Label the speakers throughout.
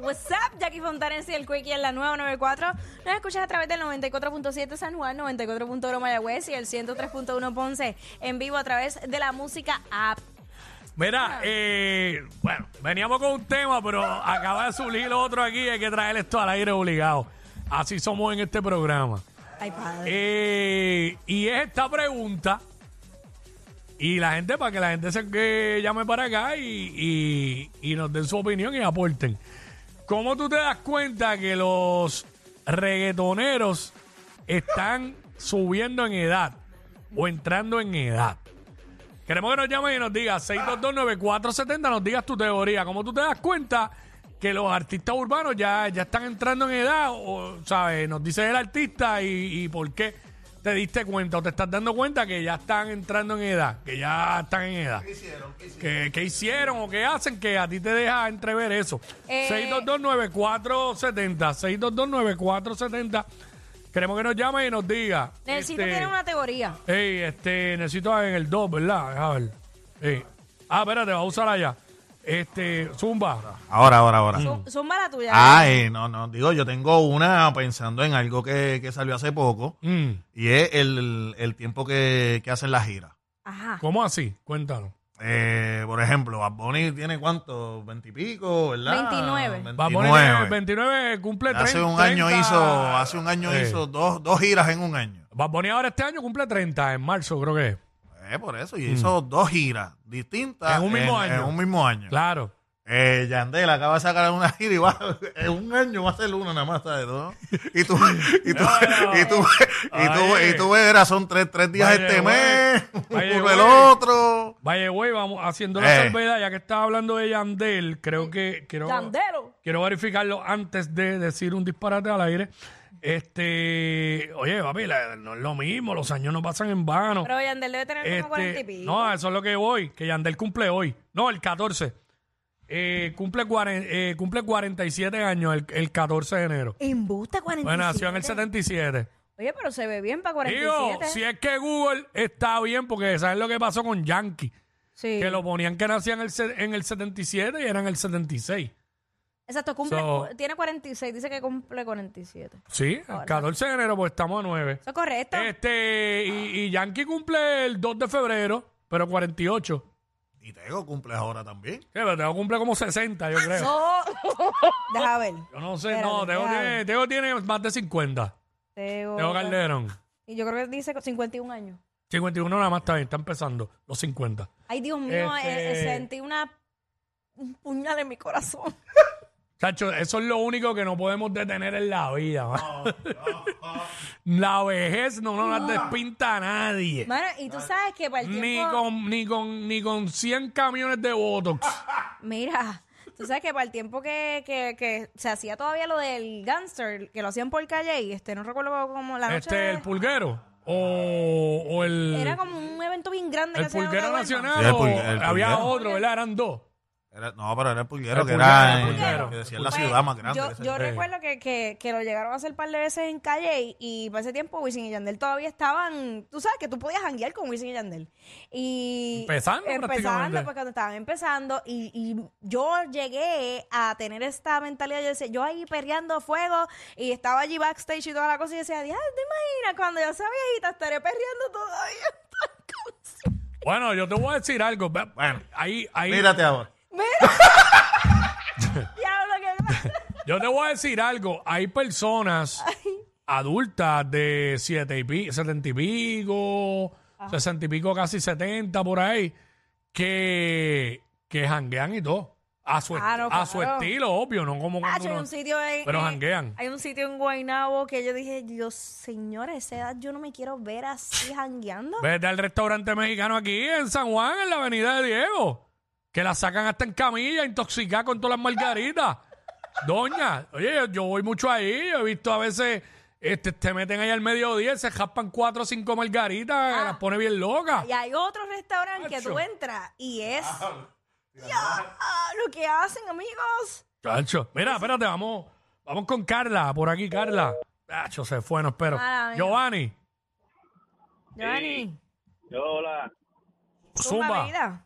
Speaker 1: What's up, Jackie Fontanes y el Quickie en la nueva 94. Nos escuchas a través del 94.7 San Juan, 94.1 Mayagüez y el 103.1 Ponce en vivo a través de la música app. Ah.
Speaker 2: Mira, eh, bueno, veníamos con un tema, pero acaba de surgir otro aquí y hay que traer esto al aire obligado. Así somos en este programa.
Speaker 1: Ay, padre.
Speaker 2: Eh, y es esta pregunta. Y la gente, para que la gente se que llame para acá y, y- y nos den su opinión y aporten. ¿Cómo tú te das cuenta que los reggaetoneros están subiendo en edad o entrando en edad? Queremos que nos llamen y nos digas 6229470, nos digas tu teoría. ¿Cómo tú te das cuenta que los artistas urbanos ya, ya están entrando en edad? O, ¿sabes? Nos dice el artista y, y por qué te diste cuenta o te estás dando cuenta que ya están entrando en edad, que ya están en edad. ¿Qué hicieron? ¿Qué hicieron, o qué hacen que a ti te deja entrever eso?
Speaker 1: Eh.
Speaker 2: 6229470, 6229470. Queremos que nos llamen y nos diga.
Speaker 1: Necesito
Speaker 2: este,
Speaker 1: tener una teoría.
Speaker 2: Ey, este, necesito en el 2, ¿verdad? Deja ver. Ey. Ah, espérate, va a usar allá. Este, Zumba.
Speaker 3: Ahora, ahora, ahora.
Speaker 2: Mm.
Speaker 1: Zumba la tuya.
Speaker 3: Ah, eh, no, no, digo, yo tengo una pensando en algo que, que salió hace poco
Speaker 2: Mm,
Speaker 3: y es el, el tiempo que, que hacen las giras.
Speaker 1: Ajá.
Speaker 2: ¿Cómo así? Cuéntalo.
Speaker 3: Eh, por ejemplo, Bad Bunny tiene cuánto, veintipico, ¿verdad?
Speaker 1: 29.
Speaker 2: Va a poner
Speaker 3: 29.
Speaker 2: 29, cumple 30.
Speaker 3: Hace un año
Speaker 2: 30.
Speaker 3: hizo, hace un año
Speaker 2: Sí.
Speaker 3: hizo dos, dos giras en un año.
Speaker 2: Va a poner ahora este año, cumple 30, en marzo creo que es.
Speaker 3: Eh, por eso, y hizo dos giras distintas
Speaker 2: Mm. En un mismo
Speaker 3: en
Speaker 2: año.
Speaker 3: un mismo año.
Speaker 2: Claro.
Speaker 3: Eh, Yandel acaba de sacar una gira y va, en un año va a ser una nada más, ¿sabes? ¿no? Y tú, y tú,
Speaker 2: Bueno.
Speaker 3: y tú, y tú,
Speaker 2: Oye.
Speaker 3: y tú verás, son tres, tres días
Speaker 2: Vaya,
Speaker 3: este
Speaker 2: güey.
Speaker 3: mes,
Speaker 2: Vaya,
Speaker 3: uno
Speaker 2: güey.
Speaker 3: el otro.
Speaker 2: Vaya, güey, vamos haciendo la
Speaker 3: Eh.
Speaker 2: salvedad, ya que estaba hablando de Yandel, creo que quiero,
Speaker 1: Yandero.
Speaker 2: quiero verificarlo antes de decir un disparate al aire. Este, oye, papi, la- no es lo mismo, los años no pasan en vano.
Speaker 1: Pero Yandel debe tener como 40 y
Speaker 2: Este,
Speaker 1: pico.
Speaker 2: no, eso es lo que voy, que Yandel cumple hoy. No, el 14. Eh, cumple, cuaren- eh, cumple 47 años el, el 14 de enero.
Speaker 1: Embuste 47.
Speaker 2: Bueno, nació en el 77.
Speaker 1: Oye, pero se ve bien para
Speaker 2: Digo,
Speaker 1: 47.
Speaker 2: si es que Google está bien, porque ¿sabes lo que pasó con Yankee?
Speaker 1: Sí.
Speaker 2: Que lo ponían que nacía en el, se- en el 77 y era en el 76.
Speaker 1: Exacto, cumple,
Speaker 2: So-
Speaker 1: tiene 46, dice que cumple 47.
Speaker 2: Sí, el 14 de enero, pues estamos a 9.
Speaker 1: ¿Eso es correcto?
Speaker 2: Este, y, y Yankee cumple el 2 de febrero, pero 48.
Speaker 3: Y Tego cumple ahora también.
Speaker 2: Sí, pero tengo cumple como 60, yo creo.
Speaker 1: No. Deja ver.
Speaker 2: Yo no sé,
Speaker 1: Espérate,
Speaker 2: no, Teo
Speaker 1: déjame.
Speaker 2: tiene, Teo tiene más de 50.
Speaker 1: Teo-
Speaker 2: Teo Calderón.
Speaker 1: Y yo creo que dice 51 años.
Speaker 2: 51 nada más está bien, está empezando. Los 50.
Speaker 1: Ay, Dios mío,
Speaker 2: Este-
Speaker 1: eh, eh, sentí una un puñal en mi corazón.
Speaker 2: Chacho, eso es lo único que no podemos detener en la vida. man. la vejez no nos la despinta a nadie.
Speaker 1: Mano, y tú sabes que para el
Speaker 2: Ni
Speaker 1: tiempo.
Speaker 2: con, ni, con, ni con 100 camiones de Botox.
Speaker 1: Ah, Mira, tú sabes que para el tiempo que, que, que se hacía todavía lo del gangster, que lo hacían por calle, y este, no recuerdo cómo la noche.
Speaker 2: Este, el pulguero. O, o el.
Speaker 1: Era como un evento bien grande.
Speaker 2: el
Speaker 1: que hacían en
Speaker 2: pulguero
Speaker 1: Aguadulma.
Speaker 2: nacional.
Speaker 3: Sí, el
Speaker 2: o-
Speaker 3: pulguero, el
Speaker 2: había
Speaker 3: pulguero.
Speaker 2: otro, ¿verdad? Eran dos.
Speaker 3: Era- no, pero era el pulguero,
Speaker 2: El
Speaker 3: que
Speaker 2: pulguero,
Speaker 3: era
Speaker 2: el
Speaker 3: en-
Speaker 2: pulguero.
Speaker 3: que decía en la
Speaker 1: Pues,
Speaker 3: ciudad más grande.
Speaker 1: Yo,
Speaker 3: que se-
Speaker 1: yo
Speaker 2: Sí.
Speaker 1: recuerdo que, que, que lo llegaron a hacer un par de veces en calle y, y para ese tiempo Wisin y Yandel todavía estaban, tú sabes que tú podías janguear con Wisin y Yandel. Y
Speaker 2: Empezando, prácticamente.
Speaker 1: empezando pues cuando estaban empezando y, y yo llegué a tener esta mentalidad, yo decía, yo ahí perreando fuego y estaba allí backstage y toda la cosa y decía, "Diablo, ¿te imaginas cuando yo sea viejita estaré perreando todavía? esta canción"?
Speaker 2: Bueno, yo te voy a decir algo. Bueno,
Speaker 3: Bueno.
Speaker 2: ahí, ahí.
Speaker 3: Mírate ahora.
Speaker 1: Diablo, qué
Speaker 2: Yo te voy a decir algo. Hay personas adultas de siete y pi- 70 y pico, 60 y pico, casi 70 por ahí, que, que janguean y todo. A su, est-
Speaker 1: Claro,
Speaker 2: a su
Speaker 1: claro.
Speaker 2: estilo, obvio, no como cuando
Speaker 1: Hacho, hay
Speaker 2: uno-
Speaker 1: un sitio en,
Speaker 2: pero
Speaker 1: en-
Speaker 2: janguean.
Speaker 1: Hay un sitio en Guaynabo que yo dije, Dios, señora, a esa edad yo no me quiero ver así jangueando.
Speaker 2: Vete al restaurante mexicano aquí en San Juan, en la avenida de Diego. que la sacan hasta en camilla, intoxicada con todas las margaritas. Doña, oye, yo, yo voy mucho ahí, yo he visto a veces, este, te meten ahí al mediodía, y se jaspan cuatro o cinco margaritas, que las pone bien locas.
Speaker 1: Y hay otro restaurante que tú
Speaker 2: Acho.
Speaker 1: entras y es. Ya, lo que hacen, amigos.
Speaker 2: Chacho, mira, espérate, vamos, vamos con Carla, por aquí, Carla. Chacho, se fue, no espero.
Speaker 1: Mala mía.
Speaker 2: Giovanni,
Speaker 1: Johnny,
Speaker 4: Hola,
Speaker 1: zumba,
Speaker 2: zumba.
Speaker 1: vida.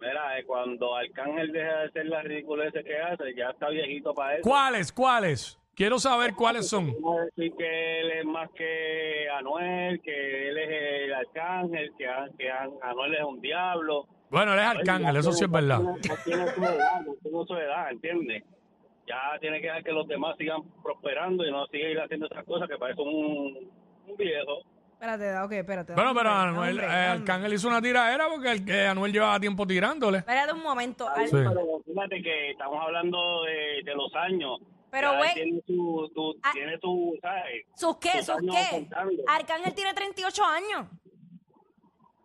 Speaker 4: mira, eh, cuando Arcángel deja de hacer la ridícula ese que hace, ya está viejito para eso.
Speaker 2: ¿Cuáles, cuáles? Quiero saber cuáles son.
Speaker 4: Vamos a decir que él es más que Anuel, que él es el Arcángel, que, a- que a- Anuel es un diablo.
Speaker 2: Bueno, eres arcángel, eso sí es verdad.
Speaker 4: No tiene su edad, no tiene su edad, ¿entiendes? Ya tiene que dejar que los demás sigan prosperando y no seguir haciendo esas cosas que parecen un, un viejo.
Speaker 1: Espérate, ok, espérate.
Speaker 2: Bueno,
Speaker 1: hombre,
Speaker 2: pero Anuel,
Speaker 1: hombre,
Speaker 2: eh,
Speaker 1: hombre.
Speaker 2: Arcángel hizo una tiradera porque el, que Anuel llevaba tiempo tirándole.
Speaker 1: Espérate un momento. Al-
Speaker 2: Sí.
Speaker 4: Pero fíjate que estamos hablando de, de los años.
Speaker 1: Pero,
Speaker 4: Ya
Speaker 1: güey,
Speaker 4: Tiene su, su-
Speaker 1: ah.
Speaker 4: tiene su, ¿sabes?
Speaker 1: ¿Sus qué?
Speaker 4: Sus
Speaker 1: ¿Sus
Speaker 4: años
Speaker 1: qué?
Speaker 4: contando.
Speaker 1: Arcángel tiene 38 años.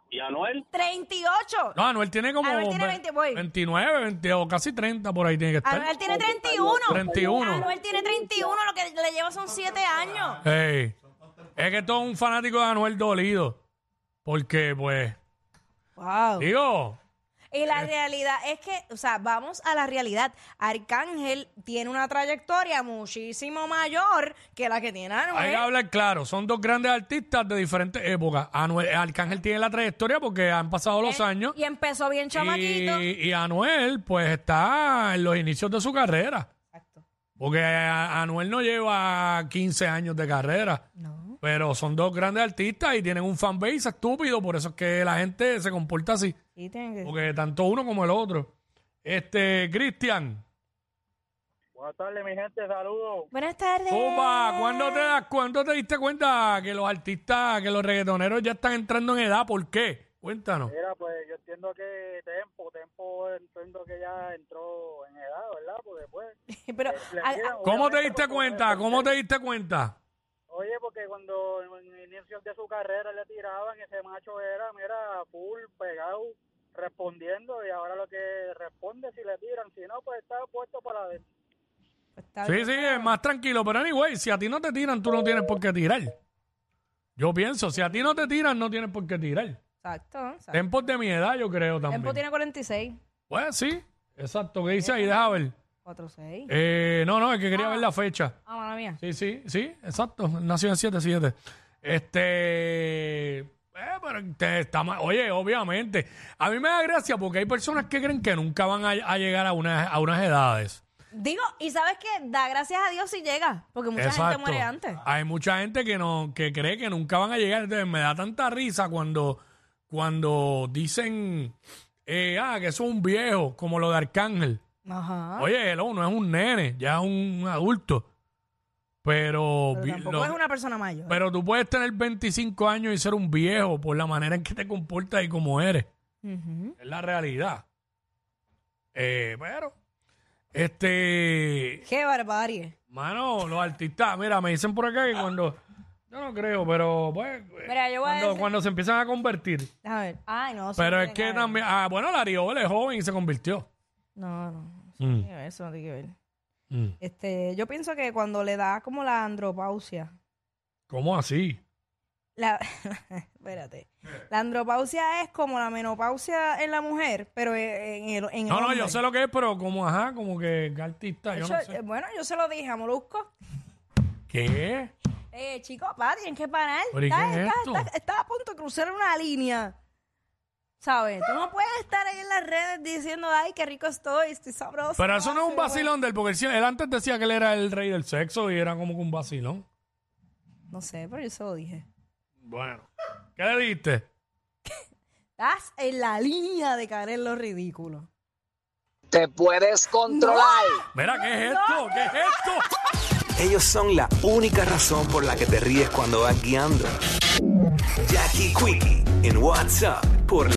Speaker 4: Y Anuel,
Speaker 1: ¡38!
Speaker 2: No, Anuel tiene como
Speaker 1: Anuel tiene
Speaker 2: ve-
Speaker 1: 20, voy.
Speaker 2: 29, 20 o casi 30 por ahí tiene que estar.
Speaker 1: Anuel tiene 31.
Speaker 2: 31.
Speaker 1: Anuel tiene 31, lo que le lleva son 7 años.
Speaker 2: Ey, es que todo un fanático de Anuel dolido. Porque, pues,
Speaker 1: Wow.
Speaker 2: digo,
Speaker 1: Y la realidad es que, o sea, vamos a la realidad. Arcángel tiene una trayectoria muchísimo mayor que la que tiene
Speaker 2: hay que
Speaker 1: Anuel.
Speaker 2: hablar claro. Son dos grandes artistas de diferentes épocas. Anuel, Arcángel tiene la trayectoria porque han pasado
Speaker 1: Eh,
Speaker 2: los años.
Speaker 1: Y empezó bien chamaquito.
Speaker 2: Y, y Anuel, pues, está en los inicios de su carrera.
Speaker 1: Exacto.
Speaker 2: Porque a- Anuel no lleva 15 años de carrera.
Speaker 1: No.
Speaker 2: Pero son dos grandes artistas y tienen un fanbase estúpido. Por eso es que la gente se comporta así.
Speaker 1: Sí, tiene que
Speaker 2: Porque tanto uno como el otro. Este, Cristian,
Speaker 4: Buenas tardes, mi gente, saludos.
Speaker 1: Buenas tardes.
Speaker 2: Zumba, ¿cuándo te, das- ¿cuándo te diste cuenta que los artistas, que los reggaetoneros ya están entrando en edad? ¿Por qué? Cuéntanos.
Speaker 4: Mira, pues yo entiendo que Tempo, Tempo entiendo que ya entró en edad, ¿verdad? Porque pues,
Speaker 1: Pero,
Speaker 4: le
Speaker 1: a- a-
Speaker 4: queda-
Speaker 2: ¿Cómo te
Speaker 4: obviamente,
Speaker 2: diste
Speaker 4: porque-
Speaker 2: cuenta? ¿Cómo te diste cuenta?
Speaker 4: Oye, porque cuando en inicios de su carrera le tiraban, ese macho era, mira, full, pegado, respondiendo, y ahora lo que responde si le tiran, si no, pues está puesto para adentro.
Speaker 1: pues, está
Speaker 2: Sí,
Speaker 1: bien.
Speaker 2: sí, es más tranquilo. Pero anyway, si a ti no te tiran, tú no tienes por qué tirar. Yo pienso, si a ti no te tiran, no tienes por qué tirar.
Speaker 1: Exacto. exacto.
Speaker 2: Tempos de mi edad, yo creo
Speaker 1: Tempo
Speaker 2: también.
Speaker 1: tiene 46.
Speaker 2: Pues sí, exacto. ¿Qué dice ahí? Deja ver.
Speaker 1: 46.
Speaker 2: Eh, no, no, es que quería ver la fecha.
Speaker 1: Ah, mala mía.
Speaker 2: Sí, sí, sí, exacto. Nació en 7-7. Este. eh, pero te- está mal. Oye, obviamente. A mí me da gracia porque hay personas que creen que nunca van a, a llegar a, unas- a unas edades.
Speaker 1: Digo, y sabes que da gracias a Dios si llega, porque mucha gente muere antes.
Speaker 2: Hay mucha gente que no que cree que nunca van a llegar. Entonces, me da tanta risa cuando, cuando dicen eh, ah, que eso es un viejo, como lo de Arcángel.
Speaker 1: Ajá.
Speaker 2: Oye, hello, no es un nene, ya es un adulto. Pero, vi- Pues
Speaker 1: Pero tampoco
Speaker 2: lo-
Speaker 1: es una persona mayor.
Speaker 2: Pero tú puedes tener 25 años y ser un viejo por la manera en que te comportas y cómo eres.
Speaker 1: Ujú.
Speaker 2: Es la realidad. Eh, pero, este,
Speaker 1: Qué barbarie.
Speaker 2: mano, los artistas, mira, me dicen por acá que cuando, yo no creo, pero pues,
Speaker 1: Mira, yo voy a
Speaker 2: cuando,
Speaker 1: decir-
Speaker 2: cuando se empiezan a convertir.
Speaker 1: A ver. Ay, no. sí,
Speaker 2: Pero
Speaker 1: no
Speaker 2: es
Speaker 1: tiene
Speaker 2: que
Speaker 1: nada ver.
Speaker 2: también, ah, bueno, Lariola es joven y se convirtió.
Speaker 1: No, no. Eso
Speaker 2: Mm.
Speaker 1: no tiene que ver, eso no tiene que ver.
Speaker 2: Mm.
Speaker 1: Este, yo pienso que cuando le da como la andropausia,
Speaker 2: ¿Cómo así?
Speaker 1: la, espérate, la andropausia es como la menopausia en la mujer, pero e, en el, en el
Speaker 2: No, no,
Speaker 1: hombre.
Speaker 2: yo sé lo que es, pero como, ajá, como que ¿qué artista,
Speaker 1: De
Speaker 2: yo
Speaker 1: hecho,
Speaker 2: no
Speaker 1: eh,
Speaker 2: sé.
Speaker 1: Bueno, yo se lo dije a Molusco.
Speaker 2: ¿Qué?
Speaker 1: Eh, chicos, pa, tienen que parar.
Speaker 2: ¿Pero y
Speaker 1: Estás
Speaker 2: qué es
Speaker 1: estás-
Speaker 2: esto?
Speaker 1: estás- estás a punto de cruzar una línea. ¿Sabes? Tú no puedes estar ahí en las redes diciendo, ay, qué rico estoy, estoy sabroso.
Speaker 2: Pero eso no es un
Speaker 1: Ay, bueno.
Speaker 2: vacilón del porque él, sí- él antes decía que él era el rey del sexo y era como que un vacilón.
Speaker 1: No sé, pero yo se lo dije.
Speaker 2: Bueno. ¿Qué le diste?
Speaker 1: Estás en la línea de caer en lo ridículo.
Speaker 5: Te puedes controlar.
Speaker 2: Mira, ¿qué es esto? ¿Qué es esto?
Speaker 6: Ellos son la única razón por la que te ríes cuando vas guiando. Jackie Quickie en WhatsApp por